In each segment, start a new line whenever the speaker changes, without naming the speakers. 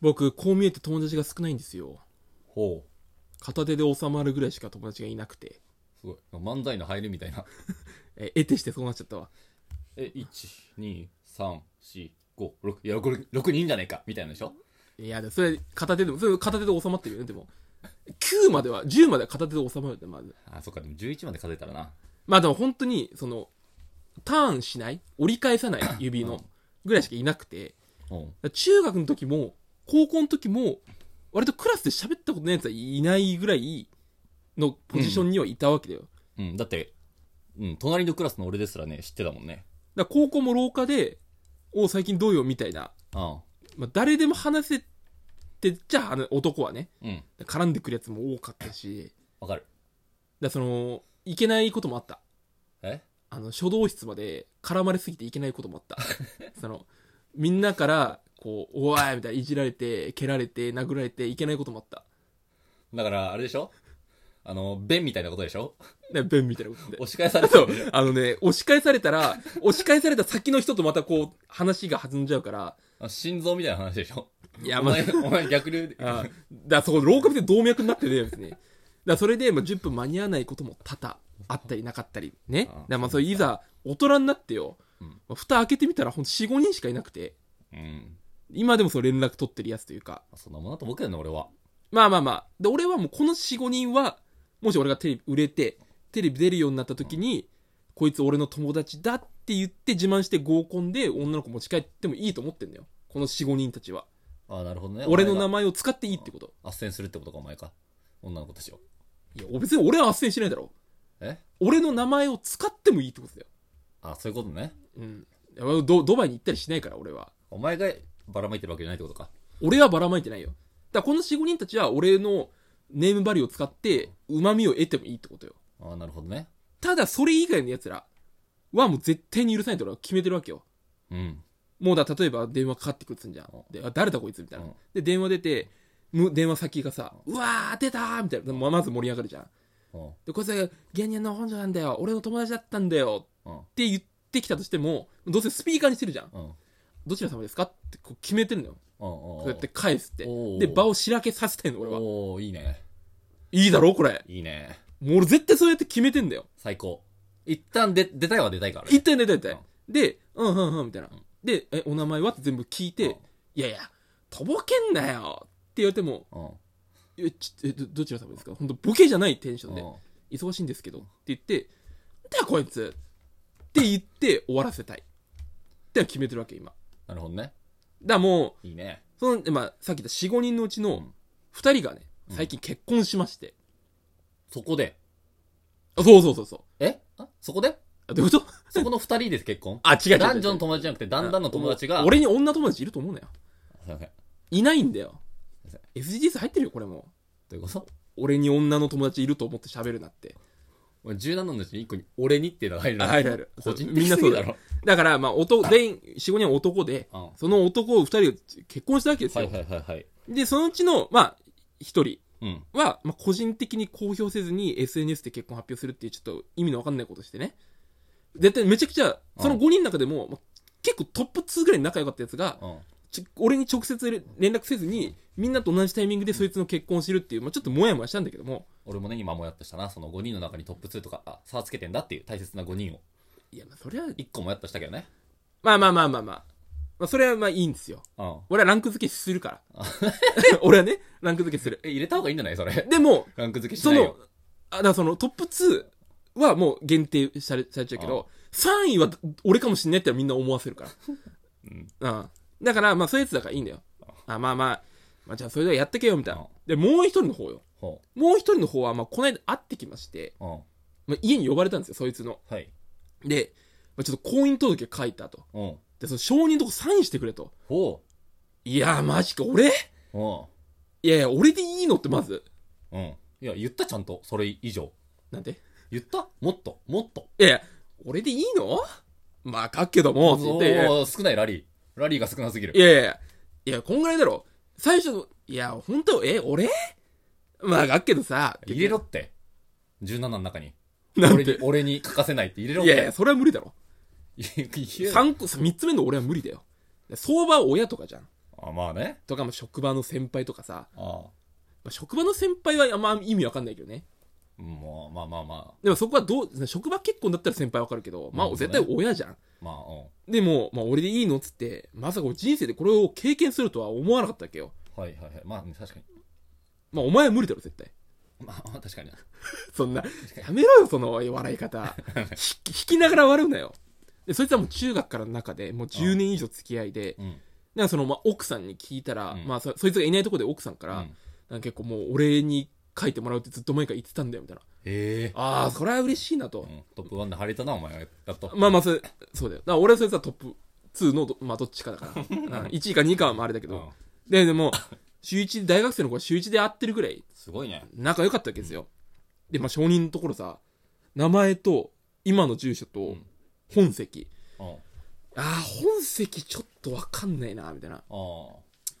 僕、こう見えて友達が少ないんですよ。
ほう。
片手で収まるぐらいしか友達がいなくて。
すごい。漫才の入りみたいな。
え、得てしてそうなっちゃったわ。
え、1、2、3、4、5、6、いや、これ6人じゃねえかみたいなでしょ
いや、でもそれ、片手でも、それ片手で収まってるよね、でも。9までは、10までは片手で収まるって、まず。
あ、そっか、でも11まで数えたらな。
まあでも本当に、その、ターンしない折り返さ ない指の、ぐらいしかいなくて。
う
だ
ん。
から中学の時も、高校の時も、割とクラスで喋ったことないやつはいないぐらいのポジションにはいたわけだよ。
うん、だって、うん、隣のクラスの俺ですらね、知ってたもんね。
だから高校も廊下で、お最近どうよみたいな、
うん。
まあ、誰でも話せてっちゃあの男はね、
うん。
絡んでくるやつも多かったし、
わかる。
だからその、いけないこともあった。
え
あの、書道室まで絡まれすぎていけないこともあった。その、みんなから、こう、おーいみたいないじられて、蹴られて、殴られて、いけないこともあった。
だから、あれでしょあの、弁みたいなことでしょ
ね、ベンみたいなことで。
押し返されて
そ
る
う。あのね、押し返されたら、押し返された先の人とまたこう、話が弾んじゃうから、
あ心臓みたいな話でしょ
いや、
お
まあ
前、、お前逆流で。
あだからそこ、廊下見て動脈になってね、別に。だからそれで、まあ、10分間に合わないことも多々あったりなかったり、ね。だ
あ
からまあ、それいざ、大人になってよ、
うん
まあ蓋開けてみたら、ほんと4、5人しかいなくて、
うん。
今でもそう連絡取ってるやつというか、
そんなもんだと思うけどね、俺は。
まあまあまあ。で、俺はもうこの4、5人は、もし俺がテレビ売れて、テレビ出るようになった時に、こいつ俺の友達だって言って自慢して合コンで女の子持ち帰ってもいいと思ってんだよ。この4、5人たちは。
あなるほどね。
俺の名
前
前を使っていいってこと。
が。斡旋するってことか、お前か。女の子たちを。
いや、別に俺は斡旋しないだろ。
え
俺の名前を使ってもいいってことだよ。
あ、そういうことね。
うん。いやドドバイに行ったりしないから、俺は。
お前がばらまいてるわけじゃないってことか。
俺はばらまいてないよ。だからこの4、5人たちは俺のネームバリューを使って、旨味を得てもいいってことよ。
あなるほどね。
ただそれ以外の奴らはもう絶対に許さないと俺は決めてるわけよ。
うん。
もうだ、例えば電話かかってくるっつんじゃん。で、あ誰だこいつみたいな
うん。
で、電話出て、む電話先がさ、うわー出たーみたいな。ままず盛り上がるじゃん。
うん。
で、こいつが芸人の本庄なんだよ。俺の友達だったんだよ。
うん。
って言ってきたとしても、どうせスピーカーにしてるじゃん。
うん。
どちら様ですかってこう決めてるのよ。そ
うん。
うやって返すって
お。ー
で、場をしらけさせてんの、俺は。
おおいいね。
いいだろ、これ。
いいね。
もう俺絶対そうやって決めてんだよ。
最高。一旦で、出たいは出たいからね。
一体出たいたで、うんうんうんみたいな。で、え、お名前はって全部聞いて、
うん
いやいや、とぼけんなよって言われても、
うん。
え、ちえどどちら様ですか本当ボケじゃないテンションで
う、ん
忙しいんですけどって言って、ではこいつって言って終わらせたい。って決めてるわけ、今。だか
なるほどね。
らも
いいね。
う、その、まあ、さっき言った4、5人のうち
う
の
ん
2人がね、最近結婚しまして。
そこで。
あそうそうそうそう。
えあそ こで
あ、どういうこと
そこの二人で結婚
あ、違う違う違う。
男女の友達じゃなくて、だんだんの友達が。
俺に女友達いると思うなよ。
すいません。
いないんだよ
すいま。
SGS 入ってるよ、これもう。
どういうこと
俺に女の友達いると思って喋るなって。
お前17のうちに1個に俺にっていうのが入る
あ
な
入る入る
個人的
みんなそうだ
すぎろ。
だから、まあ、男、全員、4、5人は男で、
うん
その男を2人が結婚したわけです
は
よ。
いはいはいはい。
で、そのうちの、まあ、1人
うん。
は、まあ、個人的に公表せずに SNS で結婚発表するっていうちょっと意味のわかんないことしてね。絶対めちゃくちゃ、その5人の中でも、まあ結構トップ2ぐらい仲良かったやつが、
うん。
ちょ俺に直接連絡せずに、みんなと同じタイミングでそいつの結婚を知るっていう、まあ、ちょっともやもやしたんだけども、
俺もね、今もやっとしたな。その5人の中にトップ2とか、あ、差をつけてんだっていう大切な5人を。
いや、まあ、それは、
1個もやっとしたけどね。
まあまあまあまあまあ、まあ、それはまあいいんですよ。
うん。
俺はランク付けするから。 俺はね、ランク付けする。
え、入れた方がいいんじゃない それ。
でも、
ランク付けし
そ
ないよ
の。、あ、だからそのトップ2はもう限定されされちゃうけど、3位は俺かもしんないってみんな思わせるから。 うん。だから、まあそういうやつだからいいんだよ。あ、まあまあ、まあじゃあそれではやってけよみたいな
うん。
で、もう一人の方よ。
ほ
もう一人の方は、まあこの間会ってきまして、
う。うん。
まあ家に呼ばれたんですよ、そいつの。
はい。
で、まあ、ちょっと婚姻届書いたと。
うん。
で、その承認のとこサインしてくれと。
ほ
いやー、マジか、俺
う。うん。
いやいや、俺でいいのってまず。
うん。いや、言ったちゃんと。それ以上。
なんで
言ったもっと。もっと。
いやいや、俺でいいのまあ、書くけども、って言
お
っていやいや、
ー少ないラリー。ラリーが少なすぎ
い
る。
やいや、いや、こんぐらいだろ。最初の、いや、本当え、俺まあ、書くけどさ、
入れろって。17の中に。
なん
俺に
て、。
俺に欠かせないって入れろっ
い
て。
やいや、それは無理だろ。
いやいや
三個、三つ目の俺は無理だよ。相場は親とかじゃん。
ああまあね
とか、まあ、職場の先輩とかさ、
ああ
まあ、職場の先輩はあんま意味わかんないけどね
うんまあまあまあま
でもそこはどう職場結婚だったら先輩わかるけど、まあ
まあ
絶対親じゃん
あまあう
でも、まあ、俺でいいのっつってまさか俺人生でこれを経験するとは思わなかったわけよ
んはいはいはいまあうん確かに
まあお前は無理だろ絶対
まあ確かに
そんなやめろよその笑い方ひ引きながら笑うなよでそいつはもう中学からの中でもう10年以上付き合いで、
うん
なんかその、まあ、奥さんに聞いたら、
うん
まあそ、そいつがいないところで奥さんから、
うん
なんか結構もう俺に書いてもらうってずっと前から言ってたんだよみたいな
ええ
ああそれは嬉しいなと
う、んトップ1で張れたなお前はやっと
まあまあそれそうだよだから俺はそいつはトップ2のど,、まあ、どっちかだからうん1位か2位かは まああれだけど、
うん
ででも週一で大学生の子は週一で会ってるぐらい
すごいね
仲良かったわけですよ、でまあ証人のところさ名前と今の住所
う
と
ん
本籍、
うんあ
ああ本籍ちょっとわかんないなみたいな
あ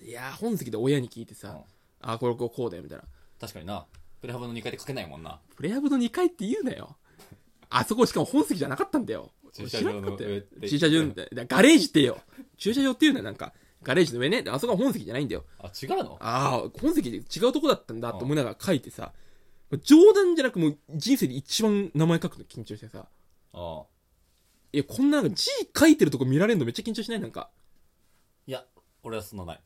いやー本籍で親に聞いてさ、
うん
ああこれこうこうだよみたいな
確かになプレハブの2階で書けないもんな
プレハブの2階って言うなよ。あそこしかも本席じゃなかったんだよ。
駐車場
知ら
の
なかったよ
上って
駐車場みたいな。ガレージって言えよ。駐車場って言うなよ、なんか。ガレージの上ね。であそこは本席じゃないんだよ。
あ違うの
ああ、本席で違うとこだったんだと思いながら書いてさ。冗談じゃなくもう人生で一番名前書くの緊張してさ。
ああ
いや、こんななんか字書いてるとこ見られるのめっちゃ緊張しないなんか。
いや俺はそんなない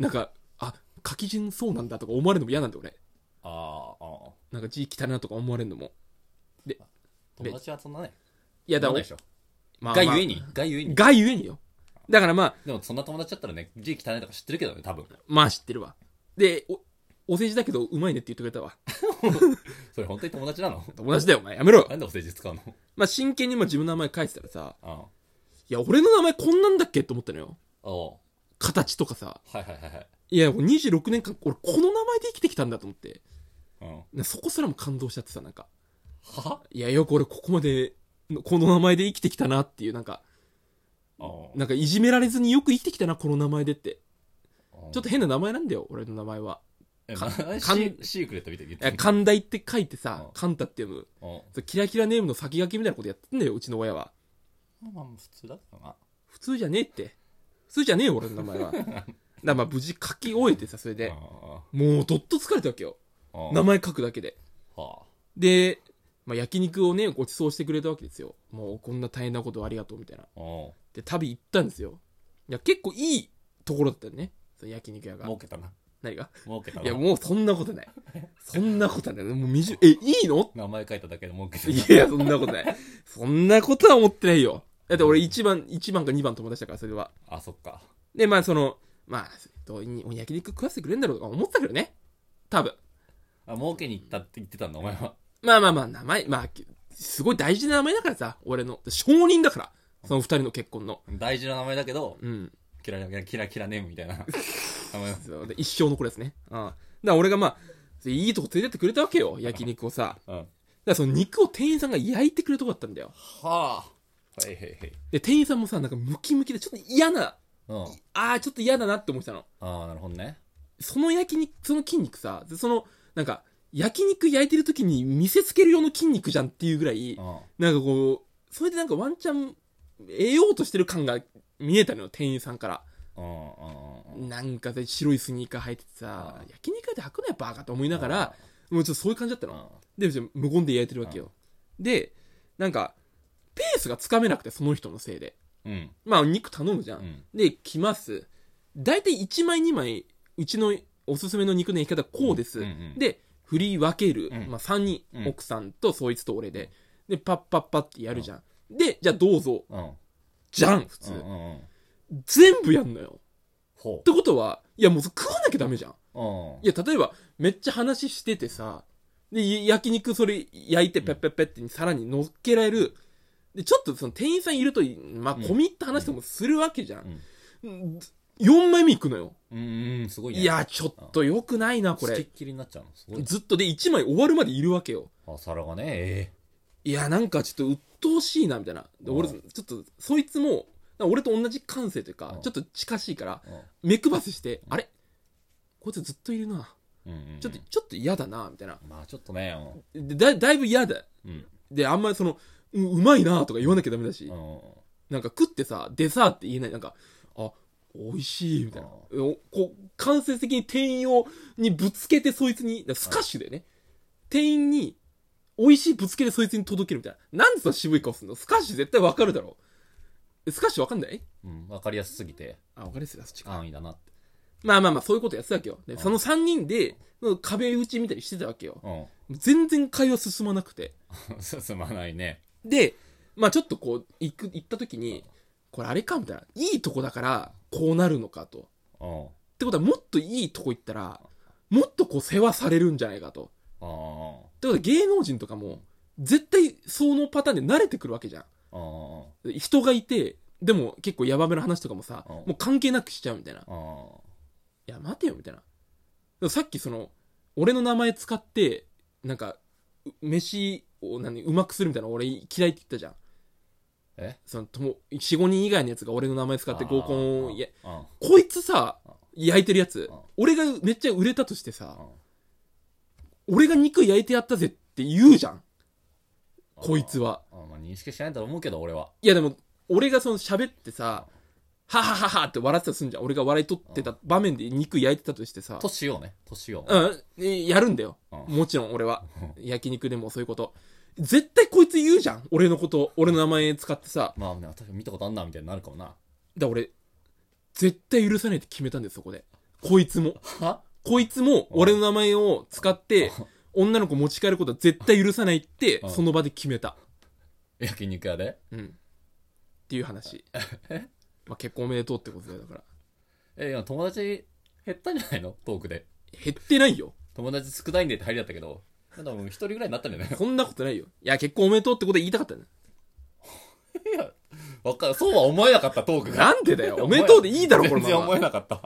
なんか、あ、書き順そうなんだとか思われるのも嫌なんだよ、俺。
ああああ
なんか字汚いなとか思われるのも。
友達はそんなね
いや、だ
そ
か
んな
ら
でし、ょ
まあ
がゆえ。にがゆえ
まあ
に
がゆえによ。だからまあ、
でもそんな友達だったらね字汚いとか知ってるけどね多分
まあ知ってるわ。で、お、お世辞だけどうまいねって言ってくれたわ。
それ本当に友 達なの
友達だよ、お前。やめろよ。
なんでお世辞使うの
まあ真剣にまあ自分の名前書いてたらさ、
ああ
いや、俺の名前こんなんだっけって思ったのよ。
おう
形とかさ。
はいはいはいはい
いや、26年間、俺この名前で生きてきたんだと思って。
うん
なそこすらも感動しちゃってさ、なんか。
はい
や、よく俺ここまで、この名前で生きてきたなっていう、なんか、
ち
なんかいじめられずによく生きてきたな、この名前でって。
ょっ
ちょっと変な名前なんだよ、俺の名前は。
え
か
な
かん
シシークレットみたいに
いや、
言って
寛大って書いて
う
さ
ん、
カンタって読む。
うん
そうキラキラネームの先駆けみたいなことやってんだよ、うちの親は。
まあまあ普通だったな
普通じゃねえって普通じゃねえよ俺の名前はだからまあ無事書き終えてさそれで
あ
もうどっと疲れたわけよ
あああ
名前書くだけで
は
で、まあ、焼肉をねご馳走してくれたわけですよもうこんな大変なことありがとうみたいな
あお
で旅行ったんですよいや結構いいところだったよねその焼肉屋
う
が
儲けたな
何が
儲けた
いや
な
もうそんなことないそんなことはないもうみじえいいの
名前書いただけで儲けた
いやそんなことないそんなことは思ってないよだって俺1番一番か2番友達だからそれは
あそっか
で、まあその、まあ、どうに焼肉食わせてくれんだろうとか思ってたけどね。多分。
あ儲けに行ったって言ってたんだお前は
まあまあまあ、名前、まあ、すごい大事な名前だからさ、俺の。証人だから。その二人の結婚の。
大事な名前だけど
うん。
キラキラキラネームみた いな名前
そうで一生のこれですね。うん。だから俺がまあ、いいとこ連れてってくれたわけよ、焼肉をさ。だか
うんは
らその肉を店員さんが焼いてくれるとこだったんだよ。
あはいはいはい
で、店員さんもさ、なんかムキムキで、ちょっと嫌な、
うん
あーちょっと嫌だなって思ってたの。
ああなるほどね
その焼肉、その筋肉さ、でその、なんか、焼肉焼いてる時に見せつける用の筋肉じゃんっていうぐらい、
うん
なんかこう、それでなんかワンチャン、得ようとしてる感が見えたのよ、店員さんから。
うんうんうんうん
なんかで白いスニーカー履いててさ
あ、
焼肉屋で履くのやバカと思いながら、もうちょっとそういう感じだった
うん
の。で、じゃあ無言で焼いてるわけよ。で、なんか、ペースがつかめなくて、その人のせいで。
うん
まあ、お肉頼むじゃ。
うんん
で、来ます。大体1枚2枚、うちのおすすめの肉の焼き方こうです。
うんうんうん
で、振り分ける。
うん
まあ、3人、
うん
奥さんとそいつと俺で。で、パッパッパってやるじゃん。で、じゃあどうぞ。
うん
じゃん、普通。
うんうんうん
全部やんのよ。
ほ
ってことは、いやもう食わなきゃダメじゃん。
ううん
いや、例えば、めっちゃ話しててさ、で、い焼肉それ焼いてペッペッペッってさらに乗っけられる。で、ちょっとその店員さんいると、まあ、
うん
込み入った話とかもするわけじゃん。
うん
4枚目いくのよ。
うんうんすごいね
いや、ちょっと良くないな、こ
これ
れ
っ。きりになっちゃうのすごい
ずっとで1枚終わるまでいるわけよ。
あ皿がねえ
いや、なんかちょっと鬱陶しいな、みたいな。で、俺、
う
ちょっと、そいつも、なんか俺と同じ感性というか
う、ん
ちょっと近しいから、
え
目配せして、あれこいつずっといるな。
うんうんうん
ちょっと、ちょっと嫌だな、みたいな。
まあちょっとねうん
でだだいぶ嫌だ。
うん
で、あんまりその、ううまいなとか言わなきゃダメだし、
うん
なんか食ってさ、デザーって言えない。なんか、あ、美味しいみたいな
あ
おこう間接的に店員をにぶつけてそいつにだからスカッシュだよね、店員に美味しいぶつけてそいつに届けるみたいななんでその渋い顔すんのスカッシュ絶対わかるだろえスカッシュわかんない
うん、わかりやすすぎて
あわかりやすいなそっちか
安易だなって
まあまあまあそういうことやってたわけよで
ん
その3人で壁打ちみたいにしてたわけよ
うん
全然会話進まなくて
進まないね
で、まあちょっとこう、行く、行った時に、これあれかみたいな。いいとこだから、こうなるのかと。っ
うん
てことは、もっといいとこ行ったら、もっとこう世話されるんじゃないかと。
ああ
ってことは、芸能人とかも、絶対そのパターンで慣れてくるわけじゃ
ああ
ん。人がいて、でも結構ヤバめの話とかもさ、
うん
もう関係なくしちゃうみたいな。い
ああ
や、待てよ、みたいな。でもさっきその、俺の名前使って、なんか、う飯を何、うまくするみたいなの俺嫌いって言ったじゃん。
え
そのとも45人以外のやつが俺の名前使って合コンをいや
あ
こいつさ
あ
焼いてるやつ
あ
俺がめっちゃ売れたとしてさ
あ
俺が肉焼いてやったぜって言うじゃん
あ
こいつは
あまあ認識してないんだと思うけど俺はい
やでも俺がその喋ってさははははって笑ってたとすんじゃん俺が笑い取ってた場面で肉焼いてたとしてさ
年をね年を
うんえやるんだよ
うん
もちろん俺は焼肉でもそういうこと絶対こいつ言うじゃん俺のこと俺の名前使ってさ
まあね私見たことあんなみたいになるかもな
だから俺絶対許さないって決めたんですそこでこいつも
は
こいつも俺の名前を使って、女の子持ち帰ることは絶対許さないって
う、ん
その場で決めた。
焼肉屋で
うん。っていう話。 まあ結婚おめでとうってことだよ、だから。
えいや友達減ったんじゃないのトークで
減ってないよ。
友達少ないんでって入りだったけどなんだもう一人ぐらいになったんじゃない
そんなことないよ。いや、結婚おめでとうってことは言いたかったね。
わかるそうは思えなかったトークが
なんでだよ。おめでとうでいいだろ、この
全然
ま
思え
ま。
なかった